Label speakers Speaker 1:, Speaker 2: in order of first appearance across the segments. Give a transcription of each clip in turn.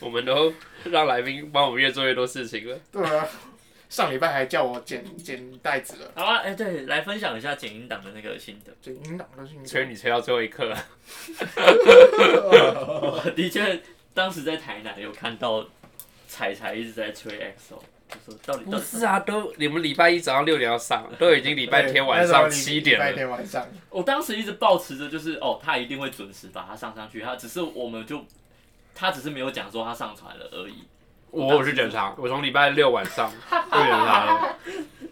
Speaker 1: 我们都让来宾帮我们越做越多事情了。
Speaker 2: 对啊，上礼拜还叫我剪剪袋子了，
Speaker 3: 好啊，哎、对，来分享一下剪音档的那个心得。
Speaker 2: 剪音档都是你
Speaker 1: 催你催到最后一刻，
Speaker 3: 我 的确，当时在台南有看到彩彩一直在吹 XO，就说到底
Speaker 1: 不
Speaker 3: 到
Speaker 1: 是
Speaker 3: 底，
Speaker 1: 啊，都你们礼拜一早上六点要上，都已经礼拜天晚
Speaker 2: 哎
Speaker 1: 上七点
Speaker 2: 啊礼拜
Speaker 1: 了，
Speaker 2: 天晚上，
Speaker 3: 我当时一直抱持着就是哦，他一定会准时把它上上去，他只是我们就他只是没有讲说他上传了而已。
Speaker 1: 我有去检查，我从礼拜六晚 上就检查了，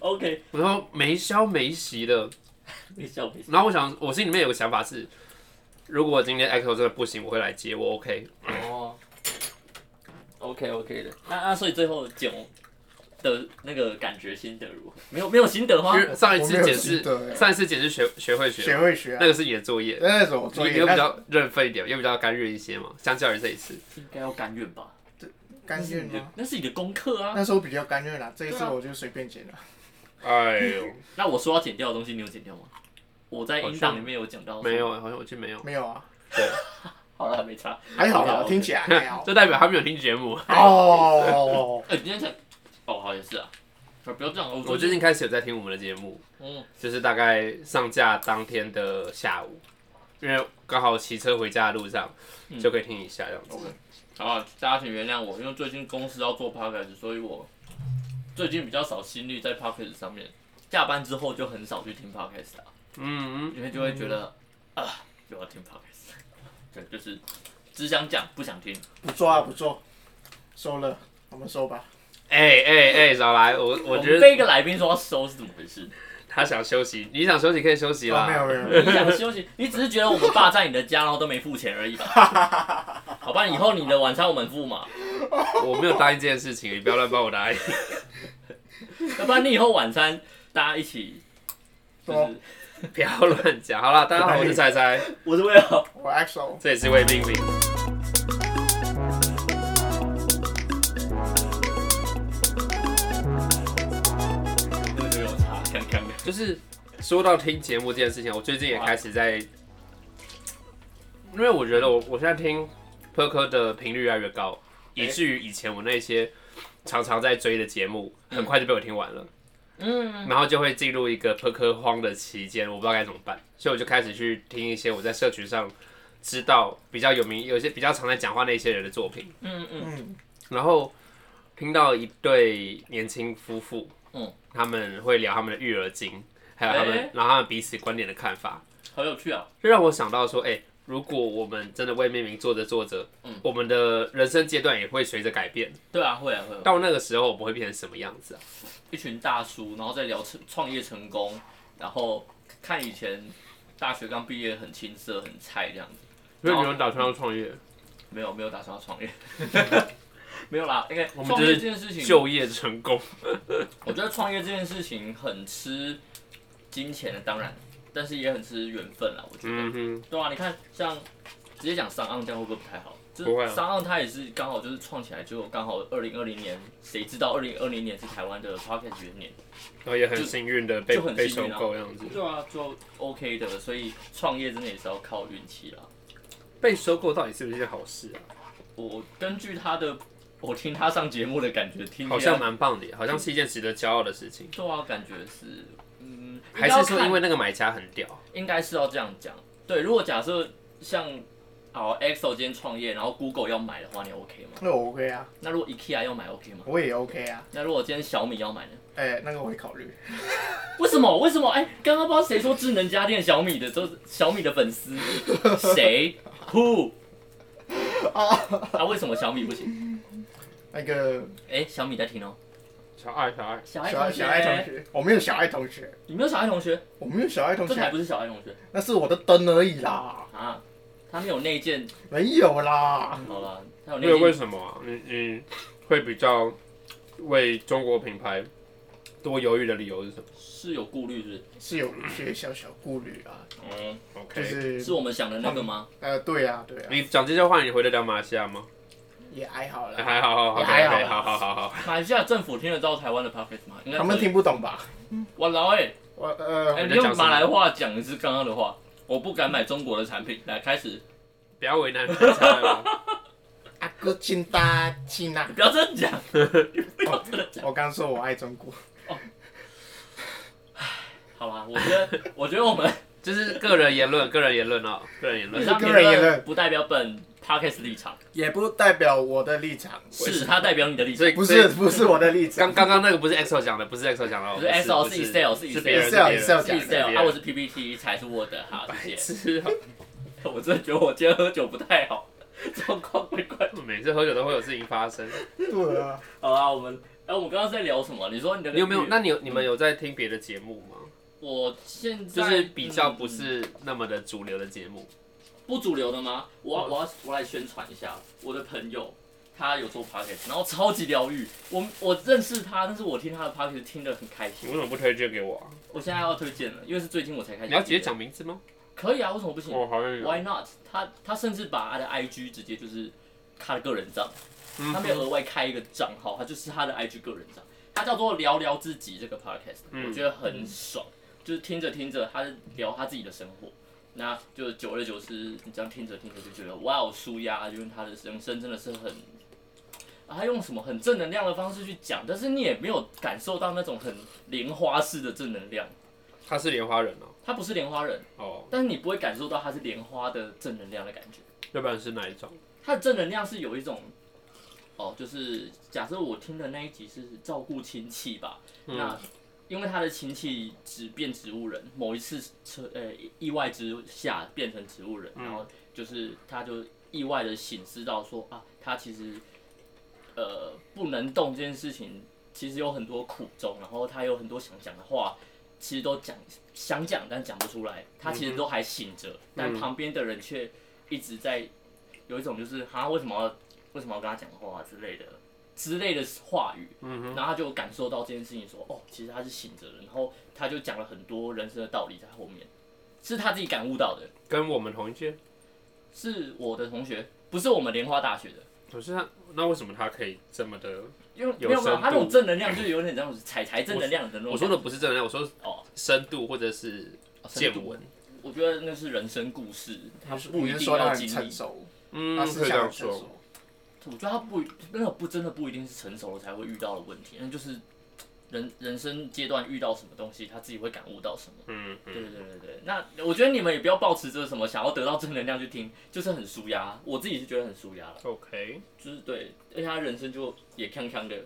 Speaker 3: OK，
Speaker 1: 我说没消没息的。
Speaker 3: 你笑没？
Speaker 1: 然后我想，我心里面有个想法是，如果今天 EXO 真的不行，我会来接，我 OK。
Speaker 3: 哦，OK OK 的。那那所以最后剪的那个感觉心得如何？没有没有心得
Speaker 1: 因？
Speaker 3: 吗
Speaker 1: 为上一
Speaker 2: 我没
Speaker 1: 次
Speaker 2: 有
Speaker 1: 检
Speaker 2: 记
Speaker 1: 视，
Speaker 2: 得欸
Speaker 1: 上一次检视学学会学
Speaker 2: 学
Speaker 1: 嘛，
Speaker 2: 会学啊
Speaker 1: 那，个是你的作业，
Speaker 2: 那是我作
Speaker 1: 你
Speaker 2: 业，
Speaker 1: 又比
Speaker 2: 那
Speaker 1: 较认份一点，又比较甘愿一些嘛，相较于这一次。
Speaker 3: 应该要甘愿吧？
Speaker 2: 甘
Speaker 3: 那是
Speaker 2: 愿
Speaker 3: 你的
Speaker 1: 嗯
Speaker 2: 吗？
Speaker 3: 那是你的功课啊。
Speaker 2: 那时候比较甘愿啦，这一次
Speaker 3: 对啊
Speaker 2: 我就随便剪了。
Speaker 1: 哎呦，
Speaker 3: 那我说要剪掉的东西，你有剪掉吗？我在音档里面有讲到，
Speaker 1: 没。有，好像我记得没有，
Speaker 2: 没有啊，
Speaker 3: 好了，没差。
Speaker 2: 还好
Speaker 3: 好
Speaker 1: 哦
Speaker 2: 啦，
Speaker 3: 啦
Speaker 2: 听起来还好。
Speaker 1: 这代表他没有听节目。
Speaker 2: 哦，
Speaker 3: 哎、今天才，哦，好也是啊。不要这样，
Speaker 1: 我最近开始有在听我们的节目，
Speaker 3: 嗯，
Speaker 1: 就是大概上架当天的下午，因为刚好骑车回家的路上
Speaker 3: 嗯
Speaker 1: 就可以听一下这样子。
Speaker 3: 好啊，大家请原谅我，因为最近公司要做 podcast，所以我最近比较少心力在 podcast 上面。下班之后就很少去听 podcast 啊，
Speaker 1: 嗯嗯，
Speaker 3: 因为就会觉得、啊，又要听 podcast，对， 就是只想讲不想听。
Speaker 2: 不错啊，不错，收了，我们收吧。
Speaker 1: 哎哎哎，少来，我我觉
Speaker 3: 们
Speaker 1: 得
Speaker 3: 被一个来宾说要收是怎么回事？
Speaker 1: 他想休息，你想休息可以休息
Speaker 2: 哦没有
Speaker 1: 啦。
Speaker 2: 没有，没有
Speaker 3: 你想休息，你只是觉得我们霸占你的家，然后都没付钱而 已吧？好吧，以后你的晚餐我们付嘛，
Speaker 1: 我没有答应这件事情，你不要乱帮我答应。
Speaker 3: 要不然你以后晚餐大家一起，就是
Speaker 1: 不要乱讲。好了，大家好，我是彩彩，
Speaker 3: 我是为 了
Speaker 2: 我 XO。
Speaker 1: 这里是魏冰冰。
Speaker 3: 那个有差，看看看
Speaker 1: 就是说到听节目这件事情，我最近也开始在，因为我觉得我我现在听科科的频率越来越高，以至于以前我那些常常在追的节目，很快就被我听完了。
Speaker 3: 嗯，
Speaker 1: 然后就会进入一个科科荒的期间，我不知道该怎么办，所以我就开始去听一些我在社群上知道比较有名、有些比较常在讲话那些人的作品，
Speaker 3: 嗯嗯
Speaker 2: 嗯，
Speaker 1: 然后听到一对年轻夫妇，
Speaker 3: 嗯，
Speaker 1: 他们会聊他们的育儿经，还有他们，
Speaker 3: 哎
Speaker 1: 然后他们彼此观点的看法，
Speaker 3: 好有趣啊，
Speaker 1: 就让我想到说，哎、如果我们真的为命名做着做着，
Speaker 3: 嗯
Speaker 1: 我们的人生阶段也会随着改变，
Speaker 3: 对啊，会啊会啊，
Speaker 1: 到那个时候我们会变成什么样子啊？
Speaker 3: 一群大叔，然后再聊成创业成功，然后看以前大学刚毕业很青涩很菜这样子，
Speaker 1: 因为你们打算要创业，
Speaker 3: 没有没有打算要创业， 没有啦，应该
Speaker 1: 我们
Speaker 3: 创
Speaker 1: 就
Speaker 3: 业
Speaker 1: 是
Speaker 3: 这件事情
Speaker 1: 就业成功，
Speaker 3: 我觉得创业这件事情很吃金钱的，当然，但是也很吃缘分啦。我觉得，
Speaker 1: 嗯哼，
Speaker 3: 对啊，你看像直接讲商岸这样会不会不太好？就
Speaker 1: 不会啊
Speaker 3: 是商岸它也是刚好就是创起来就刚好二零二零年，谁知道二零二零年是台湾的 podcast 元年？
Speaker 1: 然后也很幸运的被
Speaker 3: 就很
Speaker 1: 被
Speaker 3: 幸
Speaker 1: 收
Speaker 3: 运啊
Speaker 1: 购这样子，
Speaker 3: 对啊，就 OK 的，所以创业真的也是要靠运气啦。
Speaker 1: 被收购到底是不是一件好事啊？
Speaker 3: 我根据他的，我听他上节目的感觉，听起来
Speaker 1: 好像蛮棒的耶，好像是一件值得骄傲的事情，
Speaker 3: 对啊，感觉是嗯，
Speaker 1: 还
Speaker 3: 应该要
Speaker 1: 是说
Speaker 3: 看
Speaker 1: 因为那个买家很屌？
Speaker 3: 应该是要这样讲。对，如果假设像哦 EXO 今天创业，然后 Google 要买的话，你 OK 吗？
Speaker 2: 那我 OK 啊，
Speaker 3: 那如果 IKEA 要买 OK 吗？
Speaker 2: 我也 OK 啊。
Speaker 3: 那如果今天小米要买呢？
Speaker 2: 哎，那个我会考虑。
Speaker 3: 为什么？为什么？哎、刚刚不知道谁说智能家电小米的，都是小米的 粉丝，谁？Who？啊，为什么小米不行？
Speaker 2: 那个
Speaker 3: 哎、小米在听哦、
Speaker 1: 小爱小爱，
Speaker 3: 小爱
Speaker 2: 小爱
Speaker 3: 同
Speaker 2: 小爱同
Speaker 3: 学，
Speaker 2: 学，我没有小爱同学，
Speaker 3: 你没有小爱同学，
Speaker 2: 我没有小爱同
Speaker 3: 这才
Speaker 2: 学，
Speaker 3: 不是小爱同学
Speaker 2: 那是我的灯而已啦，
Speaker 3: 啊！他没有内建，
Speaker 2: 没有啦。
Speaker 3: 好了，他有
Speaker 1: 因为
Speaker 3: 内
Speaker 1: 为
Speaker 3: 建，
Speaker 1: 什么啊？你你会比较为中国品牌多犹豫的理由是什么
Speaker 3: 是有顾虑是
Speaker 2: 是有一些小小顾虑啊，
Speaker 3: 不是？嗯，
Speaker 1: ？OK，、
Speaker 2: 就是
Speaker 3: 是我们想的那个吗？
Speaker 2: 呃，对啊，对啊，
Speaker 1: 你讲这些话，你回得了马来西亚吗？
Speaker 2: 也还好啦。
Speaker 1: 还好，好好，
Speaker 2: 也还好
Speaker 1: OK，OK，好好好好。
Speaker 3: 马来西亚政府听得到台湾的 podcast 吗？应该
Speaker 2: 他们
Speaker 3: 可以
Speaker 2: 听不懂吧？
Speaker 3: 我老哎、
Speaker 2: 我
Speaker 3: 哎、
Speaker 2: 呃，
Speaker 3: 你用马来话讲的是刚刚的话，我不敢买中国的产品。来，开始。
Speaker 1: 不要为难人家了。
Speaker 2: 阿不是亲大亲呐
Speaker 3: 你。不要这样讲，你不要这样讲。
Speaker 2: 我刚说我爱中国，
Speaker 3: 好吧，我觉得，我觉得我们
Speaker 1: 就是个人言论，个人言论哦，个人言
Speaker 3: 以
Speaker 1: 论。
Speaker 3: 上
Speaker 2: 个
Speaker 3: 评
Speaker 2: 人言
Speaker 3: 论
Speaker 2: 论
Speaker 3: 不代表本 podcast 立场，
Speaker 2: 也不代表我的立场，
Speaker 3: 是它代表你的立
Speaker 1: 所
Speaker 3: 场
Speaker 1: 以。
Speaker 2: 不
Speaker 1: 所
Speaker 2: 是
Speaker 1: 以
Speaker 2: 不是我的立
Speaker 1: 刚
Speaker 2: 场。
Speaker 1: 刚刚那个不是 XO 讲的，不是 XO 讲的哦，
Speaker 3: 不是 XO
Speaker 1: 不
Speaker 3: 是 Excel，是
Speaker 1: 是别人
Speaker 2: Excel，
Speaker 1: 别人
Speaker 2: Excel
Speaker 3: 是
Speaker 2: 讲的
Speaker 3: Excel，
Speaker 1: 别
Speaker 3: 啊，
Speaker 1: 人
Speaker 3: 我是 PPT，才是 Word，好，谢谢。
Speaker 1: 是啊，
Speaker 3: 我真的觉得我今天喝酒不太好， 状况怪怪。
Speaker 1: 每次喝酒都会有事情发生。
Speaker 2: 对啊，
Speaker 3: 好啊，我们，哎，我们刚刚在聊什么？你说你的，
Speaker 1: 你有没 有？那你有你们有在听别的节目吗？
Speaker 3: 我现在
Speaker 1: 就是比较不
Speaker 3: 嗯
Speaker 1: 是那么的主流的节目。
Speaker 3: 不主流的吗？我要
Speaker 1: 嗯
Speaker 3: 我要我来宣传一下，我的朋友他有做 podcast，然后超级疗愈。我我认识他，但是我听他的 podcast 听得很开
Speaker 1: 你
Speaker 3: 心。
Speaker 1: 为什么不推荐给我啊？
Speaker 3: 我现在要推荐了，因为是最近我才开始。
Speaker 1: 你要直接？讲哦名字吗？
Speaker 3: 可以啊，为什么不行、
Speaker 1: 我好像
Speaker 3: w h y not？他他甚至把他的 IG 直接就是他的个人账，
Speaker 1: 嗯
Speaker 3: 他没有额外开一个账号，他就是他的 IG 个人账，他叫做聊聊自己这个 podcast，、
Speaker 1: 嗯
Speaker 3: 我觉得很爽，就是听着听着他聊他自己的生活，那就久而久之，你这样听着听着就觉得哇，哦，舒压，就是他的人生真的是很。啊，他用什么很正能量的方式去讲，但是你也没有感受到那种很莲花式的正能量。
Speaker 1: 他是莲花人哦。
Speaker 3: 他不是莲花人，
Speaker 1: 哦，
Speaker 3: 但是你不会感受到他是莲花的正能量的感觉。
Speaker 1: 要不然是哪一种？
Speaker 3: 他的正能量是有一种，哦，就是假设我听的那一集是照顾亲戚吧，
Speaker 1: 嗯
Speaker 3: 那因为他的亲戚只变植物人，某一次车呃意外之下变成植物人，
Speaker 1: 嗯
Speaker 3: 然后就是他就意外的醒知到说啊，他其实呃不能动这件事情，其实有很多苦衷，然后他有很多想讲的话。其实都讲想讲，但讲不出来。他其实都还醒着，
Speaker 1: 嗯
Speaker 3: 但旁边的人却一直在有一种就是他为什么要为什么要跟他讲话啊之类的之类的话语，
Speaker 1: 嗯哼，
Speaker 3: 然后他就感受到这件事情说，哦，其实他是醒着的，然后他就讲了很多人生的道理在后面，是他自己感悟到的，
Speaker 1: 跟我们同一届。
Speaker 3: 是我的同学，不是我们莲花大学的，
Speaker 1: 可是他，那为什么他可以这么的？
Speaker 3: 因为
Speaker 1: 有
Speaker 3: 没有没有，
Speaker 1: 深
Speaker 3: 他那种
Speaker 1: 度
Speaker 3: 正能量就有点这样子采采正能量的那种
Speaker 1: 我说的不是正能量，我说
Speaker 3: 哦
Speaker 1: 深度或者是见
Speaker 3: 深度
Speaker 1: 闻。
Speaker 3: 我觉得那是人生故事，
Speaker 2: 他
Speaker 3: 不
Speaker 2: 你
Speaker 3: 一
Speaker 2: 是
Speaker 3: 定
Speaker 2: 说他
Speaker 3: 要
Speaker 2: 很
Speaker 3: 经
Speaker 2: 成
Speaker 3: 历。
Speaker 2: 熟，
Speaker 1: 嗯，
Speaker 2: 他
Speaker 1: 可
Speaker 2: 思
Speaker 1: 以这
Speaker 2: 想
Speaker 1: 样
Speaker 2: 很成
Speaker 1: 说。
Speaker 2: 熟。
Speaker 3: 我觉得他不那个不真的不一定是成熟了才会遇到的问题，那就是人人生阶段遇到什么东西，他自己会感悟到什么。
Speaker 1: 嗯
Speaker 3: 对
Speaker 1: 嗯，
Speaker 3: 对对对对，那我觉得你们也不要抱持着什么想要得到正能量去听，就是很舒压。我自己是觉得很舒压了，
Speaker 1: ，OK。
Speaker 3: 就是对，而且他人生就也康康的，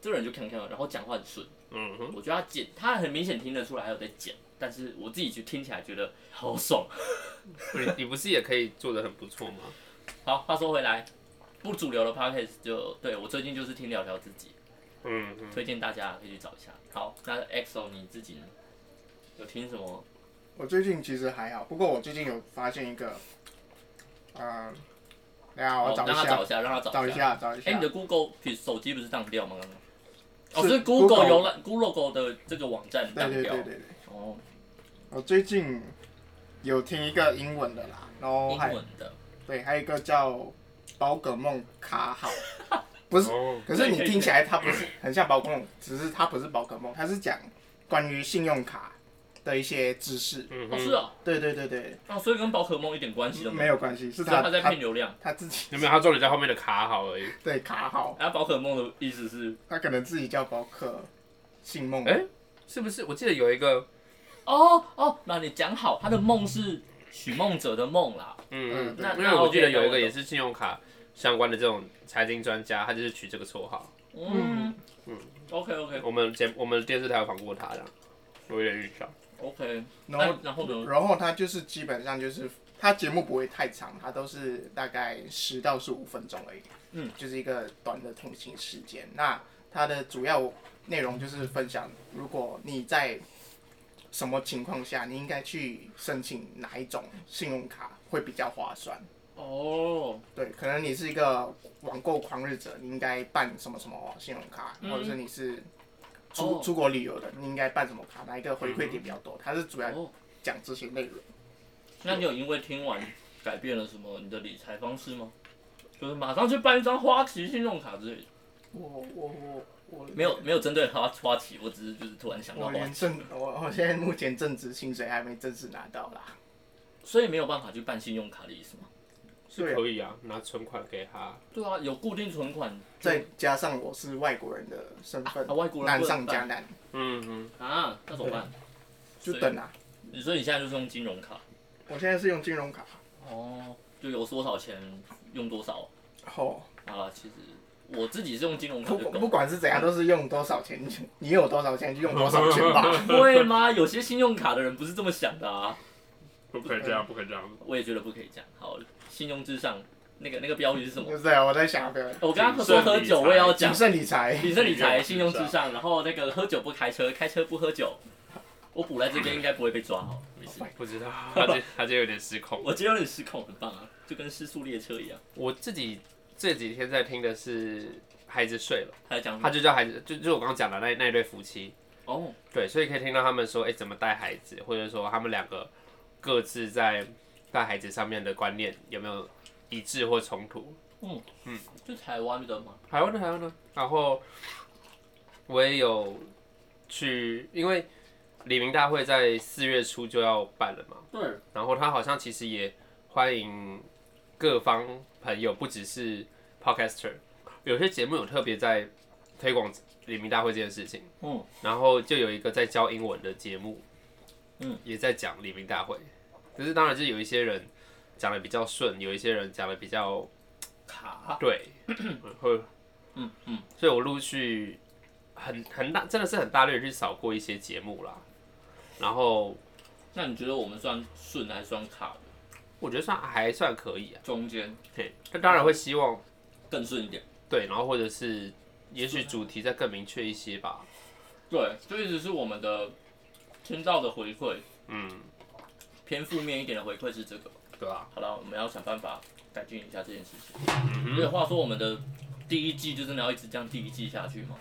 Speaker 3: 这个人就康康的，然后讲话很顺。
Speaker 1: 嗯哼，
Speaker 3: 我觉得他剪，他很明显听得出来还有在剪，但是我自己去听起来觉得好爽。
Speaker 1: 你你不是也可以做的很不错吗？
Speaker 3: 好，话说回来，不主流的 podcast 就对我最近就是听聊聊自己，
Speaker 1: 嗯嗯，
Speaker 3: 推荐大家可以去找一下。好，那 XO 你自己呢？有听什么？
Speaker 2: 我最近其实还好，不过我最近有发现一个，嗯，等一下我
Speaker 3: 哦
Speaker 2: 找
Speaker 3: 让
Speaker 2: 一
Speaker 3: 他
Speaker 2: 下
Speaker 3: 找一，下，让他
Speaker 2: 找
Speaker 3: 找
Speaker 2: 一。下，找一
Speaker 3: 哎、
Speaker 2: 下
Speaker 3: 你。的 Google 比手机不是当掉吗？刚刚哦，
Speaker 2: 是
Speaker 3: 是 Google
Speaker 2: Google
Speaker 3: 浏览 Google 的这个网站
Speaker 2: 对
Speaker 3: 当
Speaker 2: 对
Speaker 3: 掉
Speaker 2: 对对对，
Speaker 3: 哦，
Speaker 2: 我最近有听一个英文的啦，然后
Speaker 3: 英
Speaker 2: 还
Speaker 3: 文的
Speaker 2: 对，还有一个叫宝可梦卡好，不是，
Speaker 1: 哦，
Speaker 2: 可是你听起来它不是很像宝可梦，只是它不是宝可梦，它是讲关于信用卡的一些知识。
Speaker 1: 嗯
Speaker 3: 哦
Speaker 1: 哼
Speaker 3: 是哦，
Speaker 2: 对对对对，
Speaker 3: 啊，所以跟宝可梦一点关系都没
Speaker 2: 没
Speaker 3: 有，
Speaker 2: 有关系，是
Speaker 3: 所以
Speaker 2: 他
Speaker 3: 他在
Speaker 2: 他
Speaker 3: 骗流量。
Speaker 2: 他自己
Speaker 1: 有没有？他重点在后面的卡好而已。
Speaker 2: 对卡好，
Speaker 3: 然后啊宝可梦的意思是
Speaker 2: 他可能自己叫宝可信梦。
Speaker 1: 哎是不是？我记得有一个，
Speaker 3: 哦哦，那你讲好，他的梦是许梦者的梦啦。
Speaker 1: 嗯，
Speaker 4: 呃
Speaker 2: 嗯
Speaker 1: 嗯
Speaker 2: 那
Speaker 1: 因为我记得有一个也是信用卡相关的这种财经专家，他就是取这个绰号。
Speaker 3: 嗯
Speaker 1: 嗯
Speaker 3: 嗯，OK OK
Speaker 1: 我们节我们电视台有访过他，这样我有点印象。
Speaker 3: OK，
Speaker 2: 然后
Speaker 3: 那然后呢？
Speaker 2: 然后他就是基本上就是他节目不会太长，他都是大概十到十五分钟而已。
Speaker 3: 嗯，
Speaker 2: 就是一个短的通勤时间。那它的主要内容就是分享，如果你在什么情况下，你应该去申请哪一种信用卡会比较划算。
Speaker 3: 哦，
Speaker 2: 对，可能你是一个网购狂热者，你应该办什么什么信用卡，
Speaker 3: 嗯
Speaker 2: 或者是你是出、
Speaker 3: 哦
Speaker 2: 出国旅游的，你应该办什么卡，哪一个回馈点比较多？它是主要
Speaker 3: 哦，
Speaker 2: 讲这些内容。
Speaker 3: 那你有因为听完改变了什么你的理财方式吗？就是马上去办一张花旗信用卡之类的。
Speaker 2: 我我我我
Speaker 3: 没有没有针对花花旗，我只是就是突然想到
Speaker 2: 我
Speaker 3: 花
Speaker 2: 连
Speaker 3: 旗，
Speaker 2: 正我我现在目前正职薪水还没正式拿到啦。
Speaker 3: 所以没有办法去办信用卡的意思吗？
Speaker 1: 是可以啊，拿存款给他。
Speaker 3: 对啊，有固定存款
Speaker 2: 再加上我是外国人的身份
Speaker 3: 啊，，外国人
Speaker 2: 难
Speaker 3: 不能
Speaker 2: 上加
Speaker 3: 办
Speaker 2: 难，
Speaker 1: 嗯嗯，
Speaker 3: 啊，那怎么办？
Speaker 2: 就等啊。
Speaker 3: 你说你现在就是用金融卡
Speaker 2: 我现在是用金融卡，
Speaker 3: 哦，就有多少钱用多少
Speaker 2: 哦，
Speaker 3: 啊？其实我自己是用金融卡
Speaker 2: 不
Speaker 3: 就够
Speaker 2: 不
Speaker 3: 了。
Speaker 2: 管是怎样，都是用多少钱，你有多少钱就用多少钱 吧。
Speaker 3: 会吗？有些信用卡的人不是这么想的啊。
Speaker 4: 不可以这样，不可以这样。
Speaker 3: 我也觉得不可以这样。好，信用至上，那个那个标语 是什么？
Speaker 2: 就是啊，我在想对，
Speaker 3: 我刚刚说喝酒，我也要讲
Speaker 2: 谨慎理财，
Speaker 3: 谨慎理财、信用至上，然后那个喝酒不开车，开车不喝酒。我补在这边应该不会被抓哦，没事。
Speaker 1: 不知道， 他就他就有点失控。
Speaker 3: 我今天有点失控，很棒啊，就跟失速列车一样。
Speaker 1: 我自己这几天在听的是孩子睡了，
Speaker 3: 还有讲
Speaker 1: 他就叫孩子，就就我刚刚讲的那那对夫妻，
Speaker 3: 哦，
Speaker 1: 对，所以可以听到他们说，哎、怎么带孩子，或者说他们两个各自在带孩子上面的观念有没有一致或冲突。
Speaker 3: 就台湾的嘛，
Speaker 1: 台湾的台湾的，然后我也有去，因为李明大会在四月初就要办了嘛，
Speaker 3: 对，
Speaker 1: 然后他好像其实也欢迎各方朋友，不只是 podcaster，有些节目有特别在推广李明大会这件事情。
Speaker 3: 嗯，
Speaker 1: 然后就有一个在教英文的节目，
Speaker 3: 嗯，
Speaker 1: 也在讲李明大会。可是当然就是有一些人讲的比较顺，有一些人讲的比较
Speaker 3: 卡，
Speaker 1: 对， 会，
Speaker 3: 嗯嗯，
Speaker 1: 所以我陆续很很大，真的是很大略地去扫过一些节目啦。然后
Speaker 3: 那你觉得我们算顺还是算卡的？
Speaker 1: 我觉得算还算可以啊，
Speaker 3: 中间
Speaker 1: 对，那当然会希望
Speaker 3: 更顺一点。
Speaker 1: 对，然后或者是也许主题再更明确一些吧。
Speaker 3: 对，就一直是我们的听到的回馈，
Speaker 1: 嗯，
Speaker 3: 偏负面一点的回馈是这个。
Speaker 1: 对啊，
Speaker 3: 好了，我们要想办法改进一下这件事情。
Speaker 1: 嗯
Speaker 3: 所以话说，我们的第一季就真的要一直这样第一季下去吗？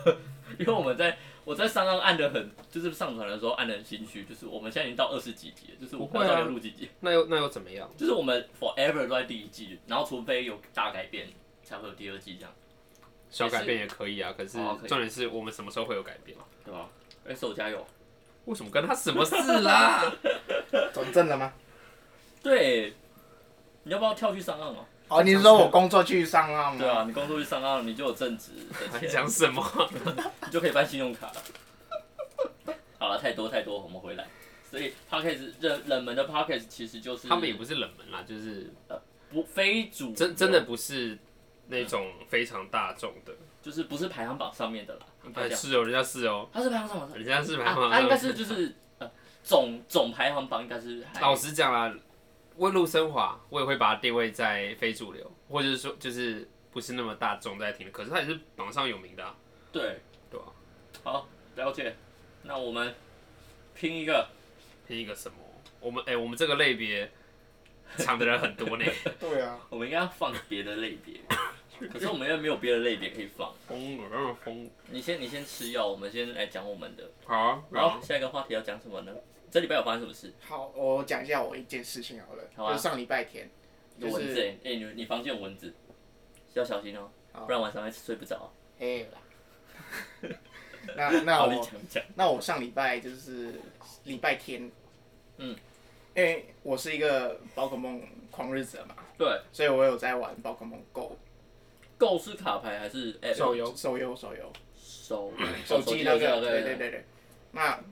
Speaker 3: 因为我们在我在上岸按的很，就是上传的时候按的很心虚，就是我们现在已经到二十几集了，就是我
Speaker 1: 不会啊
Speaker 3: 们要录几集，
Speaker 1: 那又那又怎么样？
Speaker 3: 就是我们 forever 都在第一季，然后除非有大改变，才会有第二季这样，
Speaker 1: 小改变也可以啊，可是
Speaker 3: 哦可以
Speaker 1: 重点是我们什么时候会有改变？啊
Speaker 3: 对吧？哎、手加油！
Speaker 1: 为什么跟他什么事啦？
Speaker 2: 转正了吗？
Speaker 3: 对，你要不要跳去上岸哦？
Speaker 2: 哦，你是说我工作去上岸吗？
Speaker 3: 对啊，你工作去上岸，你就有正职的
Speaker 1: 还
Speaker 3: 钱，
Speaker 1: 讲什么？
Speaker 3: 你就可以办信用卡了。好了，太多太多，我们回来。所以 p o c k e t 冷冷门的 p o c k e t 其实就是
Speaker 1: 他们也不是冷门啦，就是
Speaker 3: 不非主
Speaker 1: 真真的不是那种非常大众的。
Speaker 3: 就是不是排行榜上面的啦，应该
Speaker 1: 哎，
Speaker 3: 这样。
Speaker 1: 是哦，人家是哦，
Speaker 3: 他是排行榜上
Speaker 1: 人家是蛮
Speaker 3: 啊，
Speaker 1: 好
Speaker 3: 他
Speaker 1: 的。
Speaker 3: 应该是就是呃总总排行榜应该是
Speaker 2: 哎
Speaker 3: 还
Speaker 1: 老实讲啦，问路升华，我也会把它定位在非主流，或者是说就是不是那么大众在听的，可是它也是榜上有名的、啊。
Speaker 3: 对
Speaker 1: 对啊
Speaker 3: 好了解，那我们拼一个
Speaker 1: 拼一个什么？我们哎、我们这个类别抢的人很 多呢。
Speaker 2: 对啊，
Speaker 3: 我们应该要放别的类别，可是我们又没有别的类别可以放。
Speaker 1: 疯了，让人疯。
Speaker 3: 你先，你先吃药，我们先来讲我们的。
Speaker 1: 好啊，然
Speaker 3: 好，
Speaker 2: 哦
Speaker 1: 后
Speaker 3: 下一个话题要讲什么呢？这礼拜有发生什么事？
Speaker 2: 好，我讲一下我一件事情好了，
Speaker 3: 好啊
Speaker 2: 就是上礼拜天，就
Speaker 3: 有蚊子
Speaker 2: 是
Speaker 3: 欸，哎、你你房间有蚊子，要小心哦、
Speaker 2: 好
Speaker 3: 不然晚上还睡不着。
Speaker 2: 哎啦，那那
Speaker 3: 好你
Speaker 2: 我
Speaker 3: 讲讲，
Speaker 2: 那我上礼拜就是礼拜天，
Speaker 3: 嗯，
Speaker 2: 因为我是一个宝可梦狂热者嘛，
Speaker 3: 对，
Speaker 2: 所以我有在玩宝可梦 Go
Speaker 3: 购是卡牌还是 app？
Speaker 1: 手游
Speaker 2: 手游手游
Speaker 3: 手
Speaker 2: 手机那个，对
Speaker 3: 对
Speaker 2: 对
Speaker 3: 对
Speaker 2: 对对。那因